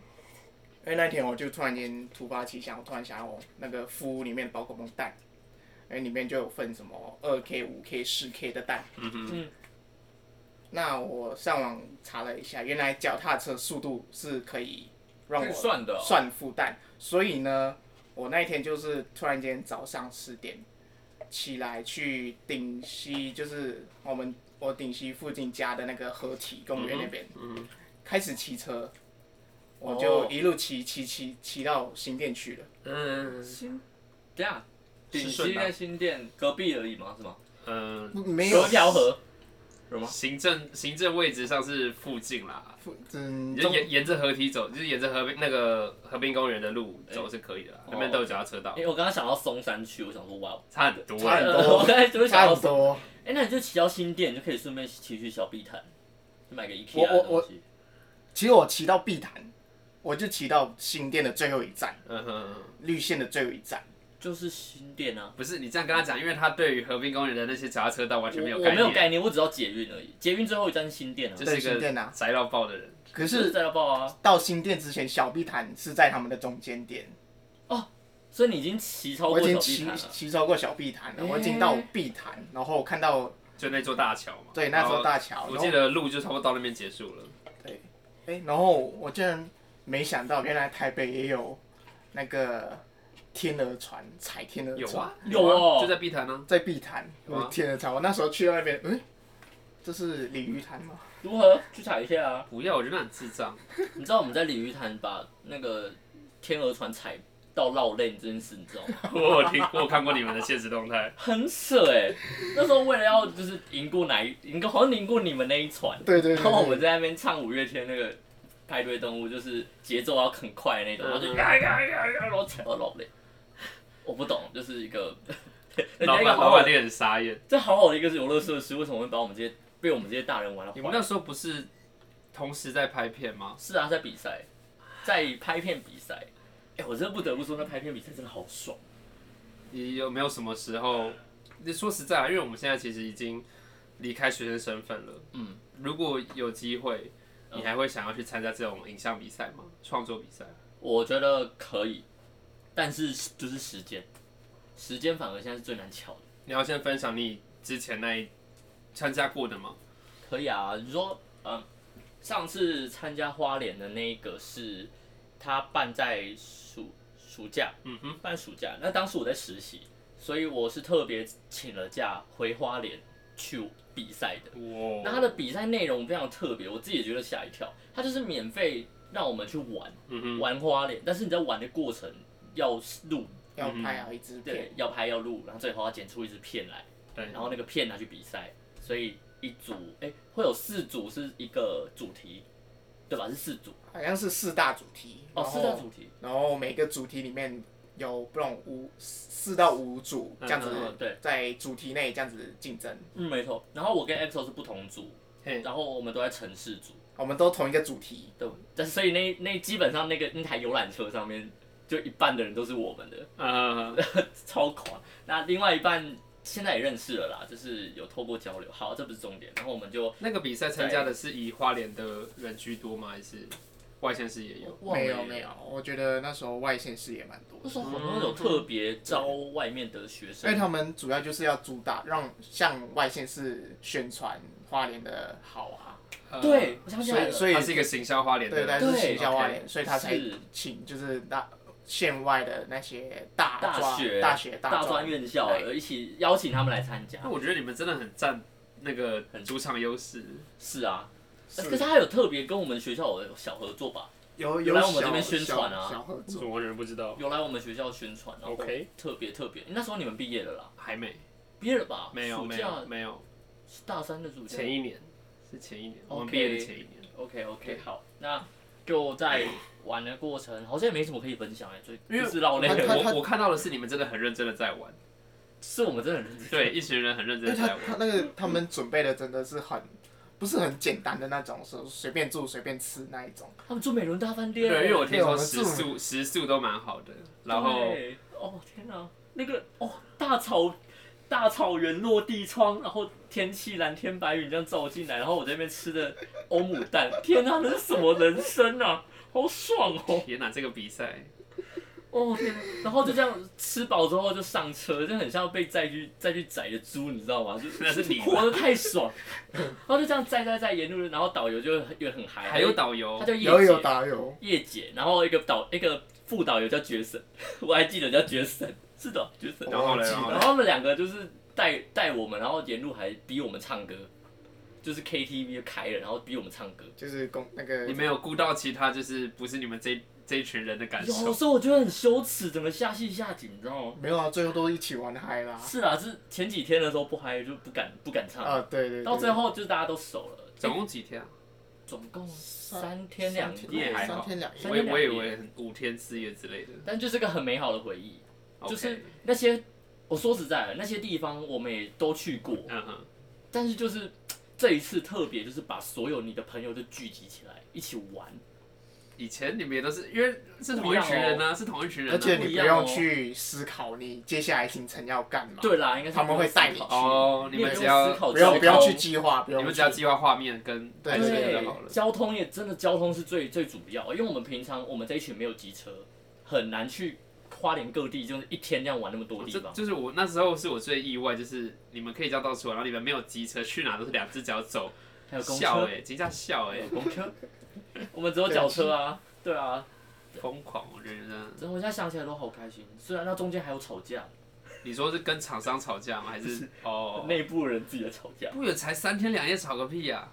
Speaker 2: 为那天我就突然间突发奇想，我突然想要我那个服务里面的宝可梦蛋，因为里面就有分什么二 K、五 K、十 K 的蛋。
Speaker 1: 嗯哼，
Speaker 2: 那我上网查了一下，原来脚踏车速度是可以让我
Speaker 3: 可以算的哦
Speaker 2: 算负担，所以呢，我那一天就是突然间早上十点起来去顶溪，就是我们我顶溪附近家的那个河体公园那边，
Speaker 1: 嗯
Speaker 2: 开始骑车，我
Speaker 3: 哦
Speaker 2: 就一路骑骑骑骑到新店去了。
Speaker 1: 嗯
Speaker 3: 新，这样，
Speaker 1: 是
Speaker 3: 顶
Speaker 1: 顺
Speaker 3: 溪
Speaker 1: 的啊
Speaker 3: 跟新店隔壁而已嘛，是吗？
Speaker 1: 嗯，
Speaker 2: 没
Speaker 3: 隔条河，
Speaker 1: 呃行政行政位置上是附近啦，
Speaker 2: 附嗯
Speaker 1: 你就
Speaker 2: 中
Speaker 1: 沿沿着河堤走，就是沿着河滨那个河滨公园的路走是可以的啦，那边都有脚踏车道
Speaker 3: 因，为我刚刚想到松山区，我想说哇哦，
Speaker 1: 差很多
Speaker 2: 哎差
Speaker 1: 欸
Speaker 2: 很。多
Speaker 3: 我刚才就是想
Speaker 2: 差
Speaker 3: 到
Speaker 2: 很，多，
Speaker 3: 哎、那你就骑到新店，你就可以顺便骑去小碧潭，就买个 IKEA
Speaker 2: 我
Speaker 3: 的
Speaker 2: 我
Speaker 3: 东西。
Speaker 2: 其实我骑到碧潭，我就骑到新店的最后一站，
Speaker 1: 嗯哼，
Speaker 2: 绿线的最后一站。
Speaker 3: 就是新店啊，
Speaker 1: 不是你这样跟他讲，因为他对于河滨公园的那些脚踏车道完
Speaker 3: 我
Speaker 1: 全没有
Speaker 3: 我
Speaker 1: 概
Speaker 3: 没有
Speaker 1: 念，
Speaker 3: 概念，我只知道捷运而已。捷运最后一站是新店啊，
Speaker 1: 就是一
Speaker 2: 对新店啊
Speaker 1: 个宅到爆的人。
Speaker 2: 可是
Speaker 3: 在到爆啊！
Speaker 2: 到新店之前，小碧潭是在他们的中间点。
Speaker 3: 所以你已经骑超
Speaker 2: 我
Speaker 3: 过
Speaker 2: 已经
Speaker 3: 小碧
Speaker 2: 骑
Speaker 3: 潭了，哎
Speaker 2: 骑超过小碧潭了，我已经到碧潭，然后看到
Speaker 1: 就那座大桥嘛。
Speaker 2: 对那座
Speaker 1: 然
Speaker 2: 大桥，
Speaker 1: 后我
Speaker 2: 然
Speaker 1: 记
Speaker 2: 后
Speaker 1: 得路就差不多到那边结束了。
Speaker 2: 对，哎，然后我竟然没想到，原来台北也有那个天鹅船，踩天鹅
Speaker 1: 有
Speaker 2: 船
Speaker 1: 啊，
Speaker 3: 有
Speaker 1: 啊
Speaker 3: 哦
Speaker 1: 就在碧潭呢。
Speaker 2: 在碧潭
Speaker 1: 有啊
Speaker 2: 有天鹅船，我那时候去到那
Speaker 3: 啊
Speaker 2: 边，嗯，这是鲤鱼潭 吗？
Speaker 3: 如何去踩一下啊？
Speaker 1: 不要，我觉得很智障。
Speaker 3: 你知道我们在鲤鱼潭把那个天鹅船踩到落泪这件事，你知道吗？
Speaker 1: 我有听，我有看过你们的现实动态。
Speaker 3: 很扯哎、那时候为了要就是赢过哪一赢过，好像赢过你们那一船，
Speaker 2: 对对对
Speaker 3: 然后我们
Speaker 2: 对，
Speaker 3: 在那边唱五月天那个派对动物，就是节奏要很快的那种，
Speaker 1: 嗯
Speaker 3: 然后就呀哎呀呀呀，然后踩到落泪。我不懂，就是 一个人
Speaker 1: 老
Speaker 3: 家一个
Speaker 1: 板，
Speaker 3: 好
Speaker 1: 老
Speaker 3: 好
Speaker 1: 板
Speaker 3: 的，
Speaker 1: 也很傻眼。
Speaker 3: 这好好的一个是游乐设施，为什么会把我们这些被我们这些大人玩了
Speaker 1: 你们
Speaker 3: 坏？
Speaker 1: 那时候不是同时在拍片吗？
Speaker 3: 是啊，在比赛，在拍片比赛。哎、我真的不得不说，那拍片比赛真的好爽。
Speaker 1: 你有没有什么时候？你说实在啊，因为我们现在其实已经离开学生身份了。
Speaker 3: 嗯，
Speaker 1: 如果有机会，你还会想要去参加这种影像比赛吗？创作比赛？
Speaker 3: 我觉得可以，但是就是时间，时间反而现在是最难抢的。
Speaker 1: 你要先分享你之前那一参加过的吗？
Speaker 3: 可以啊，你说，嗯，上次参加花莲的那一个是他办在暑暑假，
Speaker 1: 嗯哼，
Speaker 3: 办暑假，那当时我在实习，所以我是特别请了假回花莲去比赛的。
Speaker 1: 哇
Speaker 3: 那他的，比赛内容非常特别，我自己也觉得吓一跳，他就是免费让我们去玩
Speaker 1: 嗯哼，
Speaker 3: 玩花莲，但是你在玩的过程要录，
Speaker 2: 要拍啊好一支片，
Speaker 3: 对，要拍要录，然后最后要剪出一支片来。
Speaker 1: 对，
Speaker 3: 然后那个片拿去比赛，所以一组哎、会有四组是一个主题，对吧？是四组
Speaker 2: 好像是四大主题，
Speaker 3: 哦，
Speaker 2: 然后
Speaker 3: 四大主题，
Speaker 2: 然后每个主题里面有不懂五四到五组这样子
Speaker 3: 嗯嗯嗯，对
Speaker 2: 在主题内这样子竞争，哦
Speaker 3: 嗯，没错。然后我跟 EXO 是不同组，
Speaker 1: 嘿，
Speaker 3: 然后我们都在城市组，
Speaker 2: 我们都同一个主题，
Speaker 3: 对吧，但所以那那基本上那个那台游览车上面就一半的人都是我们的，
Speaker 1: 呃，
Speaker 3: 超狂。那另外一半现在也认识了啦，就是有透过交流。好，这不是重点。然后我们就
Speaker 1: 那个比赛参加的是以花莲的人居多吗？还是外县市也有？
Speaker 3: 忘了
Speaker 2: 没有
Speaker 3: 耶
Speaker 2: 没有，我觉得那时候外县市也蛮多
Speaker 3: 那
Speaker 2: 的，
Speaker 3: 时候好像有特别招外面的学
Speaker 2: 所以
Speaker 3: 生，
Speaker 2: 他们主要就是要主打让向外县市宣传花莲的好啊，
Speaker 1: 呃
Speaker 3: 对，，我想起
Speaker 2: 所
Speaker 3: 来
Speaker 2: 以
Speaker 3: 了。
Speaker 2: 所以
Speaker 1: 它是一个行销花莲
Speaker 2: 对
Speaker 1: 的
Speaker 2: 对
Speaker 3: 对
Speaker 2: 是行销花
Speaker 1: OK，
Speaker 2: 莲，所以他才
Speaker 3: 是
Speaker 2: 请就是大县外的那些大
Speaker 3: 大
Speaker 2: 专
Speaker 3: 学
Speaker 2: 大学
Speaker 3: 大专
Speaker 2: 专
Speaker 3: 院校
Speaker 2: 对
Speaker 3: 呃一起邀请他们来参加
Speaker 1: 那。我觉得你们真的很占那个主场优势。
Speaker 3: 是啊，
Speaker 2: 是
Speaker 3: 可是他还有特别跟我们学校有小合作吧？
Speaker 2: 有有
Speaker 3: 有来我们
Speaker 2: 小
Speaker 3: 这边宣传啊
Speaker 2: 小小合作，
Speaker 1: 我完全不知道，
Speaker 3: 有来我们学校宣传，然后
Speaker 1: OK
Speaker 3: 特别特别。那时候你们毕业了啦？
Speaker 1: 还没，
Speaker 3: 毕业了吧？
Speaker 1: 没有，
Speaker 3: 暑
Speaker 1: 没
Speaker 3: 假
Speaker 1: 有，没有，
Speaker 3: 是大三的暑假。
Speaker 1: 前一年是前一年，我们
Speaker 3: OK
Speaker 1: 毕业的前一年。
Speaker 3: OK OK 好，那就在玩的过程好像也没什么可以分享哎，就
Speaker 1: 因为
Speaker 3: 就是绕
Speaker 1: 哦那
Speaker 3: 那
Speaker 1: 个
Speaker 3: 个，
Speaker 2: 他
Speaker 1: 我我看到的是你们真的很认真的在玩，
Speaker 3: 是我们真的很认真。
Speaker 1: 对，一群人很认
Speaker 2: 因
Speaker 1: 真
Speaker 2: 为
Speaker 1: 的
Speaker 2: 他
Speaker 1: 在
Speaker 2: 他
Speaker 1: 玩。
Speaker 2: 那个他们准备的真的是很不是很简单的那种，是随便住随便吃那一种。
Speaker 3: 他们住美伦大饭
Speaker 1: 对，
Speaker 3: 店，
Speaker 1: 因为我听
Speaker 2: 对我
Speaker 1: 说
Speaker 2: 们
Speaker 1: 时
Speaker 2: 这
Speaker 1: 速时速都蛮好的，然后
Speaker 3: 对哦天哪，那个哦大草大草原落地窗，然后天气蓝天白云这样照进来，然后我在那边吃的欧姆蛋，天哪，那是什么人生啊？好爽哦！
Speaker 1: 天哪，这个比赛
Speaker 3: 哦天哪，然后就这样吃饱之后就上车，就很像被载去载去宰的猪，你知道吗？就
Speaker 1: 那是你吧
Speaker 3: 活得太爽，然后就这样载载载沿路，然后导游就很也很嗨，
Speaker 1: 还有导游
Speaker 3: 他，就夜
Speaker 2: 有有
Speaker 3: 姐
Speaker 2: 打有，
Speaker 3: 叶姐，然后一个导一个副导游叫绝神， 我还记得叫绝神，是的绝神。
Speaker 1: 然后嘞，然后
Speaker 3: 然
Speaker 1: 嘞
Speaker 3: 后他们两个就是带带我们，然后沿路还逼我们唱歌，就是 KTV 就开了，然后逼我们唱歌。
Speaker 2: 就是公那个
Speaker 1: 你没有顾到其他就是不是你们这这一群人的感
Speaker 3: 有
Speaker 1: 受
Speaker 3: 时候我觉得很羞耻，整个下戏下井，你知道吗？
Speaker 2: 没有啊，最后都一起玩嗨啦。
Speaker 3: 是啊，是前几天的时候不嗨就不敢不敢唱，
Speaker 2: 啊，对对对，
Speaker 3: 到最后就是大家都熟了，
Speaker 1: 总共几天啊？
Speaker 3: 总共三天两
Speaker 1: 也
Speaker 3: 夜
Speaker 1: 还
Speaker 2: 三
Speaker 1: 好
Speaker 2: 天两夜
Speaker 3: 三
Speaker 1: 我以我以为很五天四夜之类的，
Speaker 3: 但就是个很美好的回忆。就
Speaker 1: OK
Speaker 3: 是那些我说实在的，那些地方我们也都去过，
Speaker 1: 嗯哼，
Speaker 3: 但是就是这一次特别，就是把所有你的朋友都聚集起来一起玩，
Speaker 1: 以前你们也都是因为是同一群人呢、是同一群人、啊，
Speaker 2: 而且你
Speaker 3: 不一
Speaker 2: 不
Speaker 3: 样哦
Speaker 2: 用去思考你接下来行程要干嘛，
Speaker 3: 对啊啦，应该是
Speaker 2: 他们会带你
Speaker 3: 不用思考
Speaker 1: 哦，你
Speaker 3: 你也
Speaker 1: 们
Speaker 3: 不
Speaker 1: 只
Speaker 3: 用
Speaker 1: 要
Speaker 3: 思考
Speaker 2: 不
Speaker 3: 交
Speaker 2: 用
Speaker 3: 通，
Speaker 2: 不用去计划，不
Speaker 1: 你
Speaker 2: 用
Speaker 1: 们
Speaker 2: 去
Speaker 1: 只要计划画面跟
Speaker 2: 对
Speaker 1: 拍摄
Speaker 2: 对
Speaker 1: 就好了。
Speaker 3: 交通也真的交通是最最主要，因为我们平常我们这一群没有机车，很难去花莲各地，就是一天这样玩那么多地
Speaker 1: 哦这
Speaker 3: 方。
Speaker 1: 就是我那时候是我最意外，就是你们可以叫到处玩，然后你们没有机车，去哪都是两只脚走，
Speaker 3: 还有公
Speaker 1: 笑
Speaker 3: 车，
Speaker 1: 哎、惊吓笑哎、
Speaker 3: 还有 公车，我们只有脚车啊，对啊。
Speaker 1: 疯狂，我觉得真的。
Speaker 3: 真的，我现在想起来都好开心。虽然那中间还有吵架，
Speaker 1: 你说是跟厂商吵架吗？还是哦？
Speaker 3: 内部人自己的吵架。
Speaker 1: 不也才三天两夜，吵个屁呀、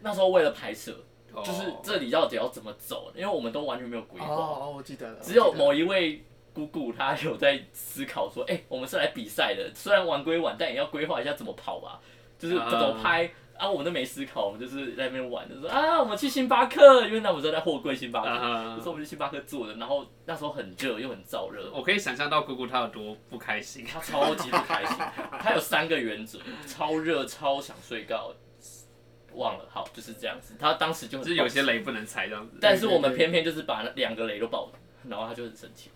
Speaker 3: 那时候为了拍摄，
Speaker 1: 哦
Speaker 3: 就是这里到底要怎么走，因为我们都完全没有规
Speaker 2: 哦
Speaker 3: 划。
Speaker 2: 哦，我记得了，
Speaker 3: 只有
Speaker 2: 我记得了
Speaker 3: 某一位姑姑，她有在思考说，哎、我们是来比赛的，虽然玩归玩，但也要规划一下怎么跑吧，就是
Speaker 1: 啊
Speaker 3: 怎么拍。啊，我们都没思考，我们就是在那边玩，就说啊，我们去星巴克，因为那我们都在货柜星巴克，
Speaker 1: 啊
Speaker 3: 我说我们去星巴克坐的，然后那时候很热又很燥热，
Speaker 1: 我可以想象到姑姑她有多不开心。
Speaker 3: 他超级不开 心，他有三个原则：超热、超想睡觉，忘了，好，就是这样子。他当时就很
Speaker 1: 就是有些雷不能踩这样子。
Speaker 3: 但是我们偏偏就是把那两个雷都爆了，然后他就很生 气。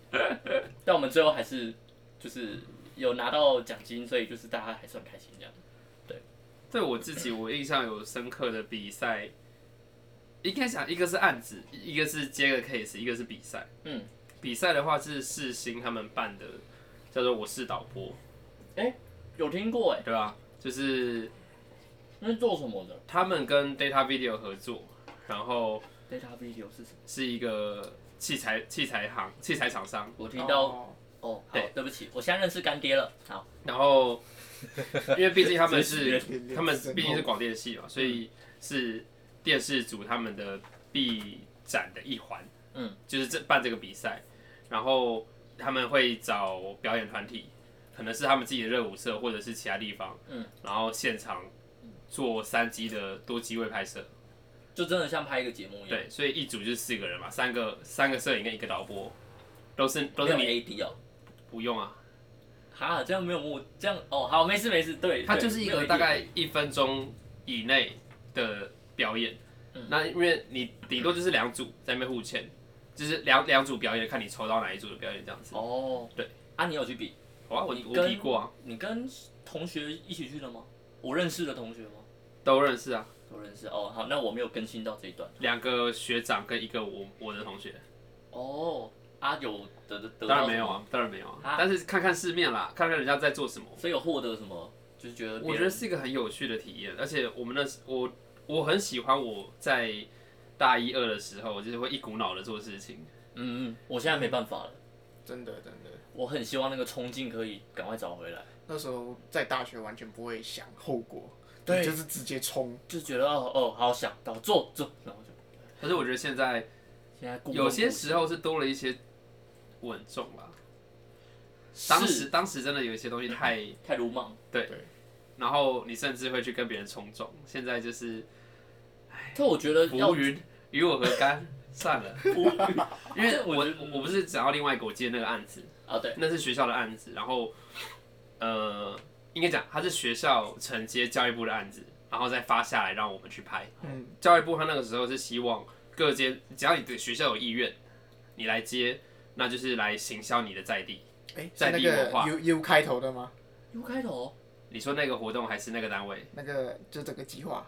Speaker 3: 但我们最后还是就是有拿到奖金，所以就是大家还算开心这样。
Speaker 1: 对我自己，我印象有深刻的比赛，应该讲一个是案子，一个是接个 case，一个是比赛。
Speaker 3: 嗯，
Speaker 1: 比赛的话是世新他们办的，叫做我是导播，
Speaker 3: 有听过哎、
Speaker 1: 对吧？就是
Speaker 3: 那是做什么的
Speaker 1: 他们跟 Data Video 合作，然后
Speaker 3: ？Data Video 是什么？
Speaker 1: 是一个器材器材行器材厂商，
Speaker 3: 我听到哦
Speaker 2: 哦
Speaker 3: 好
Speaker 1: 对，
Speaker 3: 对不起，我现在认识干爹了。好，
Speaker 1: 然后因为毕竟他们是他们
Speaker 2: 哦是
Speaker 1: 毕竟是广电系嘛，所以是电视组他们的必展的一环。
Speaker 3: 嗯，
Speaker 1: 就是这办这个比赛，然后他们会找表演团体，可能是他们自己的热舞社或者是其他地方，
Speaker 3: 嗯，
Speaker 1: 然后现场做三机的多机位拍摄。
Speaker 3: 就真的像拍一个节目一样，
Speaker 1: 对，所以一组就是四个人嘛，三个三个摄影跟一个导播，都是都
Speaker 3: 没
Speaker 1: 是
Speaker 3: 有
Speaker 1: 你
Speaker 3: AD 哦。
Speaker 1: 不用啊，
Speaker 3: 哈，这样没有目，这样哦，好，没事没事，对，
Speaker 1: 它
Speaker 3: 对
Speaker 1: 就是一
Speaker 3: 没
Speaker 1: 个
Speaker 3: 有
Speaker 1: 大
Speaker 3: AD
Speaker 1: 概一分钟以内的表演。
Speaker 3: 嗯
Speaker 1: 那因为你顶多就是两组在那边互签，就是两两组表演，看你抽到哪一组的表演这样子。
Speaker 3: 哦，
Speaker 1: 对，
Speaker 3: 啊，你有去比？
Speaker 1: 好啊，我
Speaker 3: 你
Speaker 1: 我
Speaker 3: 跟
Speaker 1: 提过啊，
Speaker 3: 你跟同学一起去的吗？我认识的同学吗？
Speaker 1: 都认识啊，
Speaker 3: 都认识哦，好，那我没有更新到这一段。
Speaker 1: 两个学长跟一个我我的同学，
Speaker 3: 哦，啊，有得得得
Speaker 1: 当
Speaker 3: 到
Speaker 1: 然没有啊，当然没有啊
Speaker 3: 啊，
Speaker 1: 但是看看世面啦，看看人家在做什么
Speaker 3: 什么，，所以有获得什么？就是觉得
Speaker 1: 我
Speaker 3: 别人
Speaker 1: 觉得是一个很有趣的体验，而且我们那时我我很喜欢我在大一二的时候，就是会一股脑的做事情。
Speaker 3: 嗯嗯，我现在没办法了，
Speaker 2: 真的真的。
Speaker 3: 我很希望那个冲劲可以赶快找回来，
Speaker 2: 那时候在大学完全不会想后果，
Speaker 3: 对
Speaker 2: 你就是直接冲。
Speaker 3: 就觉得哦哦，好想到做做，然后就
Speaker 1: 可是我觉得现在
Speaker 3: 现在
Speaker 1: 有些时候是多了一些稳重啦。当
Speaker 3: 当
Speaker 1: 时当时真的有一些东西太，
Speaker 3: 太鲁莽，
Speaker 1: 然后你甚至会去跟别人冲撞。现在就是
Speaker 3: 但我觉得要
Speaker 1: 浮云与我何干？算了， 因为我我不是讲到另外一个我接那个案子，
Speaker 3: 啊对，
Speaker 1: 那是学校的案子，然后呃，应该讲它是学校承接教育部的案子，然后再发下来让我们去拍。
Speaker 2: 嗯，
Speaker 1: 教育部他那个时候是希望各间只要你的学校有意愿，你来接，那就是来行销你的在地。
Speaker 2: 哎，是
Speaker 1: 在
Speaker 2: 那
Speaker 1: 地文
Speaker 2: 个
Speaker 1: 化
Speaker 2: U U 开头的吗？
Speaker 3: 又开头
Speaker 1: 你说那个活动还是那个单位，
Speaker 2: 那个就整个计划。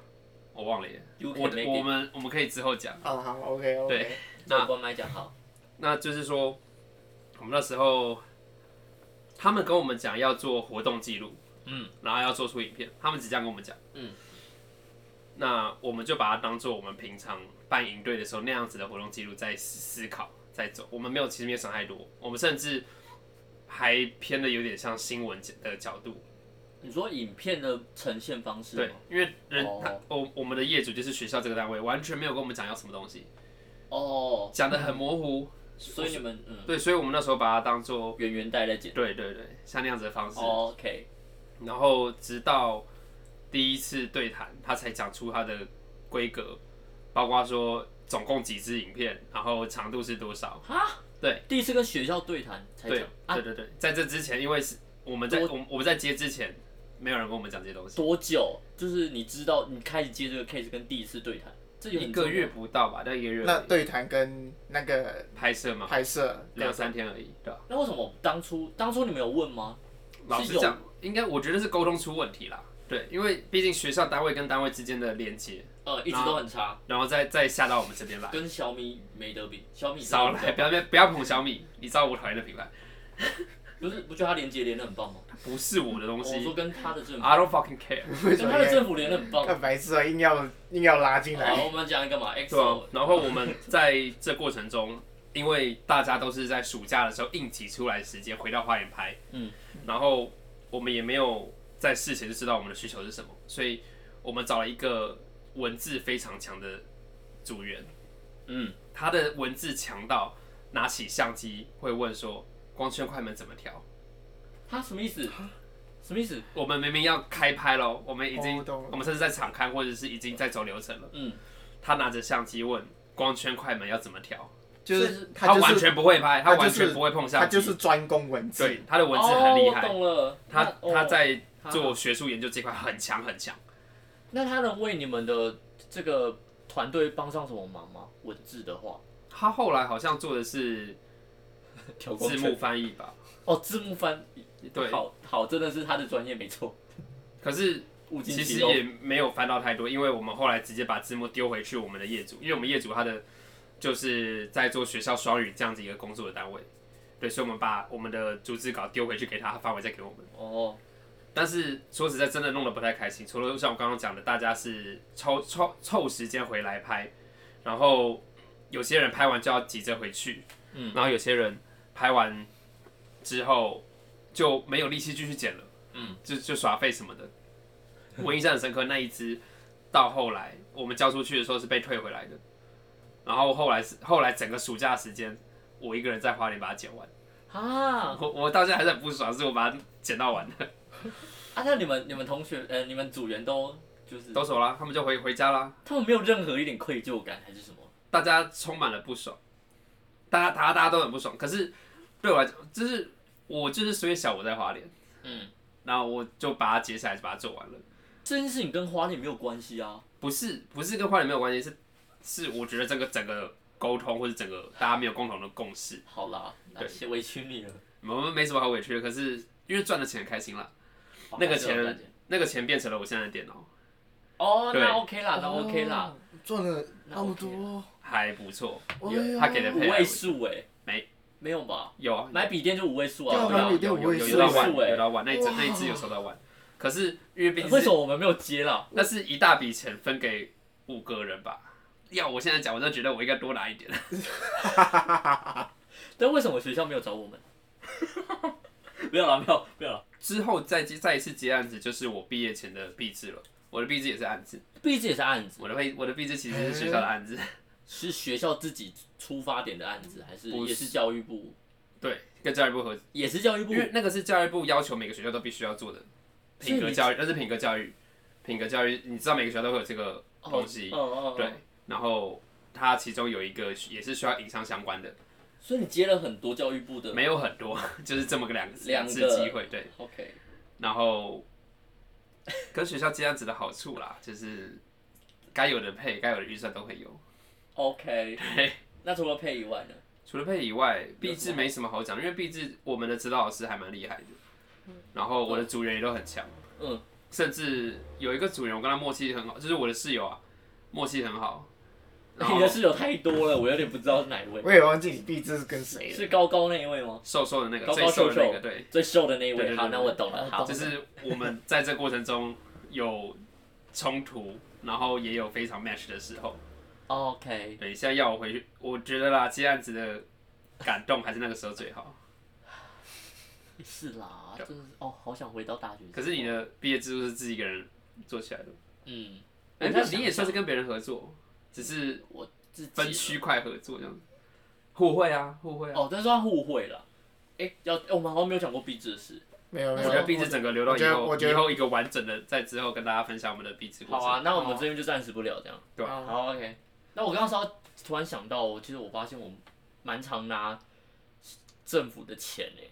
Speaker 1: 我忘了耶。
Speaker 3: ，You
Speaker 1: 我
Speaker 3: can make
Speaker 1: 我
Speaker 3: it，
Speaker 1: 们我们可以之后讲。
Speaker 2: 啊，好，OK OK。
Speaker 1: 对，那
Speaker 3: 那关麦讲好，
Speaker 1: 那就是说，我们那时候他们跟我们讲要做活动记录，
Speaker 3: 嗯，
Speaker 1: 然后要做出影片，他们只这样跟我们讲，
Speaker 3: 嗯，
Speaker 1: 那我们就把它当做我们平常办营队的时候那样子的活动记录在思思考，在走。我们没有，其实没有想太多，我们甚至还偏的有点像新闻的角度，
Speaker 3: 你说影片的呈现方式
Speaker 1: 对
Speaker 3: 吗，
Speaker 1: 因为人、
Speaker 3: 哦
Speaker 1: 他我我们的业主就是学校这个单位，完全没有跟我们讲要什么东西，
Speaker 3: 哦，
Speaker 1: 讲的很模糊，
Speaker 3: 所以你们嗯
Speaker 1: 对，所以我们那时候把它当做。
Speaker 3: 圆圆带在剪
Speaker 1: 对对对，像那样子的方式，
Speaker 3: 哦，OK，
Speaker 1: 然后直到第一次对谈，他才讲出他的规格，包括说总共几支影片，然后长度是多少。
Speaker 3: 哈，
Speaker 1: 对
Speaker 3: 第一次跟学校对谈才
Speaker 1: 对
Speaker 3: 讲啊
Speaker 1: 对，对对，在这之前，因为是我们在
Speaker 3: 多
Speaker 1: 我们我们在接之前，没有人跟我们讲这些东西。
Speaker 3: 多久？就是你知道你开始接这个 case 跟第一次对谈这有
Speaker 1: 一个月不到吧，但一个月
Speaker 2: 那
Speaker 1: 而已
Speaker 2: 对谈跟那个
Speaker 1: 拍摄嘛，
Speaker 2: 拍摄
Speaker 1: 两三天而已，对吧？
Speaker 3: 那为什么当初当初你们有问吗？
Speaker 1: 老实
Speaker 3: 有
Speaker 1: 讲，应该我觉得是沟通出问题啦。对，因为毕竟学校单位跟单位之间的连接，
Speaker 3: 呃，一直都很差，
Speaker 1: 然后再再下到我们这边来，
Speaker 3: 跟小米没得比。小米
Speaker 1: 少来，不要不要捧小米，你知道我讨厌的品牌，
Speaker 3: 不是不觉得他连接连的很棒吗？
Speaker 1: 不是我的东
Speaker 3: 我
Speaker 1: 西
Speaker 3: 说跟他的政府，
Speaker 1: ，I don't fucking care。
Speaker 2: 为
Speaker 3: 跟
Speaker 2: 什么
Speaker 3: 他的政府连的很棒。
Speaker 2: 看白痴啊，硬要硬要拉进
Speaker 3: 好，
Speaker 1: 哦
Speaker 2: 来，
Speaker 3: 我们讲一个嘛
Speaker 1: 对啊
Speaker 3: ，XO，
Speaker 1: 然后我们在这过程中，因为大家都是在暑假的时候硬挤出来的时间回到花园拍，
Speaker 3: 嗯，
Speaker 1: 然后我们也没有在事前就知道我们的需求是什么，所以我们找了一个文字非常强的组员，
Speaker 3: 嗯，
Speaker 1: 他的文字强到拿起相机会问说光圈快门怎么调？
Speaker 3: 他什么意思？什么意思？
Speaker 1: 我们明明要开拍喽，我们已经、
Speaker 2: 哦懂了
Speaker 1: 我们甚至在场刊或者是已经在走流程了，
Speaker 3: 嗯，
Speaker 1: 他拿着相机问光圈快门要怎么调？
Speaker 2: 就是
Speaker 1: 他
Speaker 2: 就
Speaker 1: 完
Speaker 2: 是
Speaker 1: 全不会拍，他
Speaker 2: 他就是
Speaker 1: 完全不会碰相
Speaker 2: 他
Speaker 1: 机，
Speaker 2: 就是专攻文字
Speaker 1: 对，他的文字很厉
Speaker 3: 哦我
Speaker 1: 害，
Speaker 3: 懂了，
Speaker 1: 他
Speaker 3: 那
Speaker 1: 他。
Speaker 3: 哦
Speaker 1: 在
Speaker 3: 他
Speaker 1: 做学术研究这块很强很强。
Speaker 3: 那他能为你们的这个团队帮上什么忙吗？文字的话，
Speaker 1: 他后来好像做的是字幕翻译吧，
Speaker 3: 哦，字幕翻
Speaker 1: 对
Speaker 3: 好好，真的是他的专业没错，
Speaker 1: 可是
Speaker 3: 物尽
Speaker 1: 其
Speaker 3: 其
Speaker 1: 实
Speaker 3: 用。
Speaker 1: 也没有翻到太多，因为我们后来直接把字幕丢回去我们的业主，因为我们业主他的就是在做学校双语这样子一个工作的单位，对，所以我们把我们的逐字稿丢回去给他，他发回再给我们。
Speaker 3: 哦，
Speaker 1: 但是说实在，真的弄得不太开心。除了像我刚刚讲的，大家是抽抽凑时间回来拍，然后有些人拍完就要急着回去，
Speaker 3: 嗯，
Speaker 1: 然后有些人拍完之后就没有力气继续剪了，
Speaker 3: 嗯，
Speaker 1: 就就耍废什么的。我印象很深刻，那一只到后来我们交出去的时候是被退回来的，然后后来是后来整个暑假时间，我一个人在花莲把它剪完，
Speaker 3: 啊
Speaker 1: 我我到现在还是很不爽，是我把它剪到完的，
Speaker 3: 啊！那你们你们同学呃，你们组员都就是
Speaker 1: 都走啦，他们就回回家啦。
Speaker 3: 他们没有任何一点愧疚感还是什么？
Speaker 1: 大家充满了不爽，大家大家大家都很不爽。可是对我来讲，就是我就是虽小我在花莲，
Speaker 3: 嗯，
Speaker 1: 然后我就把它接下来就把它做完了。
Speaker 3: 这件事情跟花莲没有关系啊。
Speaker 1: 不是不是跟花莲没有关系，是是我觉得这个整个沟通或者整个大家没有共同的共识，
Speaker 3: 好啦，那
Speaker 1: 对
Speaker 3: 先委屈你了。
Speaker 1: 我们没什么好委屈的。可是因为赚的钱很开心啦，那个
Speaker 3: 好还是有感
Speaker 1: 钱
Speaker 3: 觉
Speaker 1: 那个钱变成了我现在的电脑，
Speaker 3: 哦，
Speaker 1: 对
Speaker 3: 那 OK 啦，那 OK 啦，
Speaker 2: 哦，赚了
Speaker 3: 那
Speaker 2: 那
Speaker 3: OK
Speaker 2: 么多，
Speaker 1: 还不错。
Speaker 3: 有
Speaker 2: 哎呦
Speaker 1: 他给的
Speaker 3: 五
Speaker 1: 配
Speaker 3: 位数哎，
Speaker 1: 啊没
Speaker 3: 没有吧？
Speaker 1: 有啊，
Speaker 3: 买笔电就五位数啊，
Speaker 2: 对啊
Speaker 3: 对啊
Speaker 2: 买笔电
Speaker 1: 有有有有
Speaker 3: 五位
Speaker 1: 到
Speaker 3: 数
Speaker 1: 万，
Speaker 3: 欸
Speaker 1: 有到万，那一只
Speaker 2: 哇
Speaker 1: 那一只有收到万。可是因为毕竟
Speaker 3: 为
Speaker 1: 是
Speaker 3: 什么我们没有接啦？
Speaker 1: 那是一大笔钱分给五个人吧？要我现在讲，我就觉得我应该多拿一点。
Speaker 3: 但为什么学校没有找 我们？没有啦，没有，没有啦。
Speaker 1: 之后再接再一次接案子，就是我毕业前的毕制了。我的毕制也是案子，
Speaker 3: 毕竟也是案子，
Speaker 1: 我的毕我的毕制其实是学校的案子，
Speaker 3: 是学校自己出发点的案子，还是
Speaker 1: 不是
Speaker 3: 也是教育部？
Speaker 1: 对，跟教育部合，
Speaker 3: 也是教育部
Speaker 1: 因。为那个是教育部要求每个学校都必须要做的
Speaker 3: 所以你
Speaker 1: 品格教育，那是品格教育，品格教育，你知道每个学校都会有这个东西，
Speaker 3: 哦哦，哦
Speaker 1: 对。然后它其中有一个也是需要影商相关的，
Speaker 3: 所以你接了很多教育部的。
Speaker 1: 没有很多， 就是这么个两
Speaker 3: 两
Speaker 1: 次
Speaker 3: 个
Speaker 1: 机会，对。
Speaker 3: OK，
Speaker 1: 然后跟学校这样子的好处啦， 就是该有的配、该有的预算都会有。
Speaker 3: OK，
Speaker 1: 对，
Speaker 3: 那除了配以外呢？
Speaker 1: 除了配以外，毕制没什么好讲，因为毕制我们的指导老师还蛮厉害的，然后我的组员也都很强，
Speaker 3: 嗯，
Speaker 1: 甚至有一个组员我跟他默契很好，就是我的室友啊，默契很好。然后
Speaker 3: 你的室友太多了，我有点不知道是哪一位，
Speaker 2: 我也忘记你毕志是跟谁了。
Speaker 3: 是高高那一位吗？
Speaker 1: 瘦瘦的那个，
Speaker 3: 高
Speaker 1: 最
Speaker 3: 高
Speaker 1: 瘦的
Speaker 3: 瘦
Speaker 1: 那
Speaker 3: 瘦
Speaker 1: 个，对，，
Speaker 3: 最瘦的那一
Speaker 1: 对
Speaker 3: 位。
Speaker 1: 对
Speaker 3: 好，
Speaker 1: 对啊
Speaker 3: 那我懂了。好，
Speaker 1: 就是我们在这过程中有冲突，然后也有非常 match 的时候。
Speaker 3: OK，
Speaker 1: 对，现在要我回去，我觉得啦，接案子的感动还是那个时候最好。
Speaker 3: 是啦，
Speaker 1: 对
Speaker 3: 真是哦，好想回到大学。
Speaker 1: 可是你，的毕业制度是自己一个人做起来的，
Speaker 3: 嗯，
Speaker 1: 哎
Speaker 3: 我在
Speaker 1: 那
Speaker 3: 想
Speaker 1: 你也算是跟别人合作，只是
Speaker 3: 我自己
Speaker 1: 分区块合作这样子，互惠啊，互惠啊。
Speaker 3: 哦，但是算互惠了。哎，要哎我们好像没有讲过壁纸的事。
Speaker 2: 没有没
Speaker 1: 我
Speaker 2: 有
Speaker 1: 觉，得毕制整个流到以后，
Speaker 2: 哦我觉得
Speaker 1: 以后一个完整的，在之后跟大家分享我们的毕制过
Speaker 3: 好
Speaker 1: 程。
Speaker 3: 啊，那我们这边就暂时不聊这样。
Speaker 1: 对
Speaker 2: 啊
Speaker 3: 好，OK。那我刚刚稍突然想到，我其实我发现我蛮常拿政府的钱欸诶、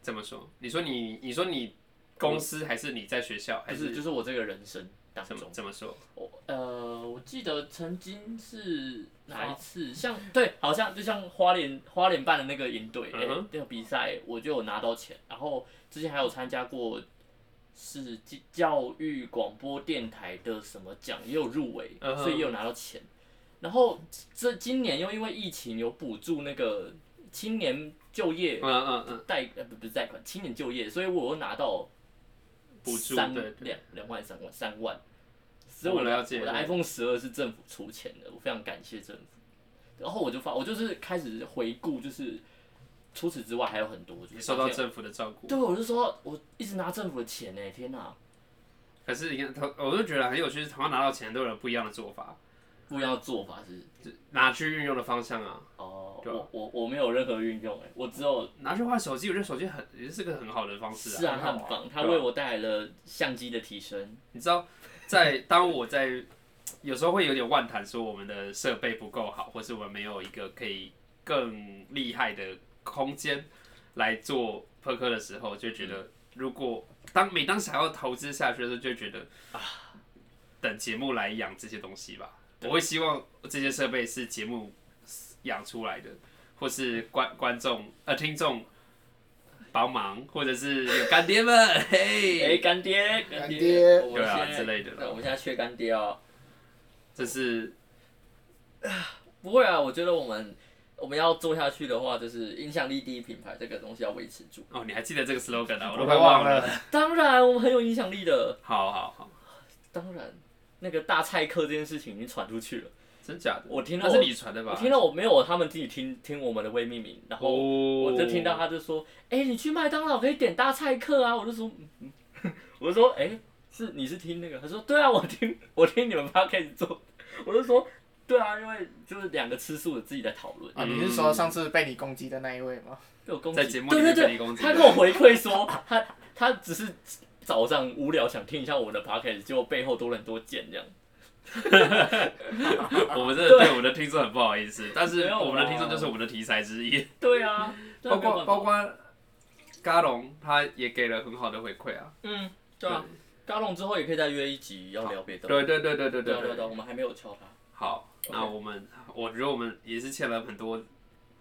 Speaker 1: 这么说，你说你，你说你公司还是你在学校，还
Speaker 3: 就是就是我这个人生，当
Speaker 1: 怎么
Speaker 3: 中。
Speaker 1: 怎么说？
Speaker 3: 我呃，我记得曾经是哪一次，像对，好像就像花莲花莲办的那个营队、
Speaker 1: 嗯哼
Speaker 3: 诶那个比赛，我就有拿到钱。然后之前还有参加过是教教育广播电台的什么奖，也有入围，
Speaker 1: 嗯哼
Speaker 3: 所以也有拿到钱。然后这今年又因为疫情有补助那个青年就业
Speaker 1: 嗯嗯嗯，
Speaker 3: 贷呃不不是贷款，青年就业，所以我又拿到
Speaker 1: 补助
Speaker 3: 三
Speaker 1: 对对
Speaker 3: 两两万三万三万，所以
Speaker 1: 我
Speaker 3: 我的
Speaker 1: 了解
Speaker 3: 我的
Speaker 1: 对
Speaker 3: iPhone 十二是政府出钱的，我非常感谢政府。然后我就发，我就是开始回顾，就是除此之外还有很多，就是
Speaker 1: 你受到
Speaker 3: 发现
Speaker 1: 政府的照顾。
Speaker 3: 对，我就说我一直拿政府的钱呢，天哪，
Speaker 1: 可是你看，他我就觉得很有趣，是同样拿到钱都有不一样的做法，
Speaker 3: 不一样的做法是
Speaker 1: 拿去运用的方向啊，
Speaker 3: 哦，
Speaker 1: 对啊
Speaker 3: 我我我没有任何运用哎，我只有
Speaker 1: 拿去换手机，我觉得手机很也是个很好的方式啊。
Speaker 3: 是啊，
Speaker 2: 很好
Speaker 3: 很
Speaker 2: 啊
Speaker 3: 棒，它
Speaker 1: 对啊
Speaker 3: 为我带来了相机的提升，
Speaker 1: 你知道，在当我在有时候会有点万谈，说我们的设备不够好，或是我们没有一个可以更厉害的空间来做播客的时候，就觉得如果当每当想要投资下去的时候，就会觉得啊，等节目来养这些东西吧。我会希望这些设备是节目养出来的，或是观观众呃听众帮忙，或者是有干爹们，嘿，
Speaker 3: 哎，干爹，干
Speaker 2: 干爹
Speaker 3: 我
Speaker 1: 对
Speaker 3: 们
Speaker 1: 啊
Speaker 3: 现在
Speaker 1: 之类的啦
Speaker 3: 对我们现在缺干爹哦。
Speaker 1: 这是
Speaker 3: 不会啊，我觉得我们我们要做下去的话，就是影响力第一品牌这个东西要维持 住。
Speaker 1: 哦，你还记得这个 slogan 啊？我都
Speaker 2: 我
Speaker 1: 快
Speaker 2: 都
Speaker 1: 忘
Speaker 2: 忘
Speaker 1: 了。
Speaker 2: 了，
Speaker 3: 当然，我们很有影响力的。
Speaker 1: 好好好，
Speaker 3: 当然，那个大菜客这件事情已经传出去了。
Speaker 1: 真假的？
Speaker 3: 我听到
Speaker 1: 那是你传的吧？
Speaker 3: 我听到我没有他们自己听听我们的微命名，然
Speaker 1: 哦，
Speaker 3: 后我就听到他就说：“哎、你去麦当劳可以点大菜客啊。”我就说：“嗯嗯。”我就说：“哎、是你是听那个？”他说：“对啊，我听 我听你们 p o d c a s 做。”我就说：“对啊，因为就是两个吃素的自己在讨论。”
Speaker 2: 啊，你是说上次被你攻击的那一位吗？
Speaker 3: 被我攻击，
Speaker 1: 在节目里
Speaker 3: 对
Speaker 1: 面
Speaker 3: 对
Speaker 1: 被你
Speaker 3: 对，
Speaker 1: 攻击
Speaker 3: 他
Speaker 1: 对
Speaker 3: 跟我回馈说， 他他只是早上无聊想听一下我的 podcast，结果背后多了很多剑这样。
Speaker 1: 我们真的 对我们的听众很不好意思，但是
Speaker 3: 没有啊
Speaker 1: 我们的听众就是我们的题材之一，
Speaker 3: 对啊，对啊
Speaker 1: 包括包，括嘎龙他也给了很好的回馈啊。
Speaker 3: 没有办法嗯，对啊，高龙之后也可以再约一集要聊别的。
Speaker 1: 对对对对对
Speaker 3: 对啊对啊
Speaker 1: 对
Speaker 3: 对
Speaker 1: 对。
Speaker 3: 啊，我们还没有敲他。
Speaker 1: 好，那我们我觉得我们也是欠了很多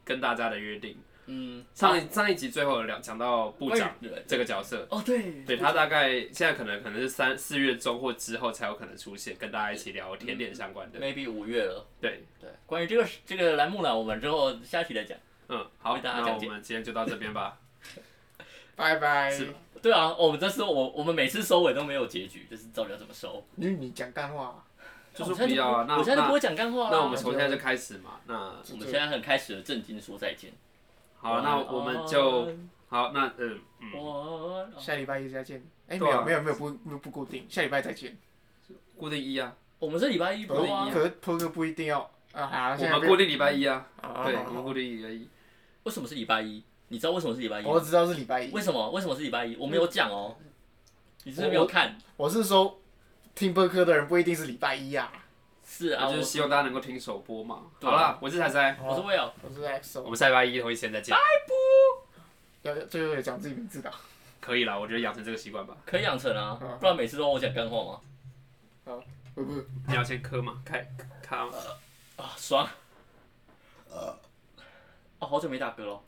Speaker 1: 跟大家的约定。
Speaker 3: 嗯，
Speaker 1: 上一上一集最后有聊讲到部长
Speaker 3: 对
Speaker 1: 这个角色，
Speaker 3: 哦对
Speaker 1: 对他大概现在可能可能是三四月中或之后才有可能出现，跟大家一起聊
Speaker 3: 嗯
Speaker 1: 甜点相关的。
Speaker 3: ，maybe 五月了。
Speaker 1: 对，
Speaker 3: 对，关于这个这个栏目呢，我们之后下期再讲。
Speaker 1: 嗯，好，
Speaker 3: 为大家
Speaker 1: 那
Speaker 3: 讲
Speaker 1: 我
Speaker 3: 解
Speaker 1: 们今天就到这边 吧。
Speaker 2: 拜拜。
Speaker 1: 是
Speaker 3: 对啊，我们这次我我们每次收尾都没有结局，就是到底要怎么收？哦
Speaker 2: 因为你讲干话，啊
Speaker 1: 就
Speaker 3: 我
Speaker 1: 是
Speaker 3: 现在
Speaker 1: 不要啊，那
Speaker 3: 我现在就不
Speaker 1: 那
Speaker 3: 会讲干话了。
Speaker 1: 那我们从现在就开始嘛。那
Speaker 3: 我们现在很开始的正经说再见。
Speaker 1: 好，那
Speaker 3: 啊
Speaker 1: 我们就好，那嗯
Speaker 3: 哦
Speaker 1: 嗯，
Speaker 3: 我
Speaker 2: 下礼拜一再见。哎，没
Speaker 1: 对啊
Speaker 2: 有没有没有不不不固定，下礼拜再见。
Speaker 1: 固定一啊，
Speaker 3: 我们是礼拜一播啊，
Speaker 2: 可是扑克不一定要啊，好，
Speaker 1: 我
Speaker 2: 现在
Speaker 1: 们
Speaker 2: 不
Speaker 1: 固定礼拜一啊，
Speaker 2: 啊
Speaker 1: 对，
Speaker 2: 好
Speaker 1: 我们固定礼拜一。
Speaker 3: 为什么是礼拜一？你知道为什么是礼拜一吗？
Speaker 2: 我知道是礼拜一
Speaker 3: 为，什么？为什么是礼拜一？我没有讲哦，你是不是没有看？
Speaker 2: 我是说听播客的人不一定是礼拜一啊。
Speaker 3: 是啊，
Speaker 1: 那就
Speaker 3: 我
Speaker 1: 是希望大家能够听首播嘛。
Speaker 3: 对
Speaker 1: 好
Speaker 3: 啊
Speaker 1: 啦，我是彩彩，
Speaker 3: 我是 Will，
Speaker 2: 我是 XO，
Speaker 1: 我们下礼拜一同一时间再见。
Speaker 2: 要要最后也讲自己名字的。
Speaker 1: 可以啦，我觉得养成这个习惯吧。
Speaker 3: 可以养成啊
Speaker 2: 嗯，
Speaker 3: 不然每次都让我讲干话吗？
Speaker 2: 不不，
Speaker 1: 你要先磕嘛，开卡嘛。
Speaker 3: 啊啊，爽！哦，好久没打嗝了。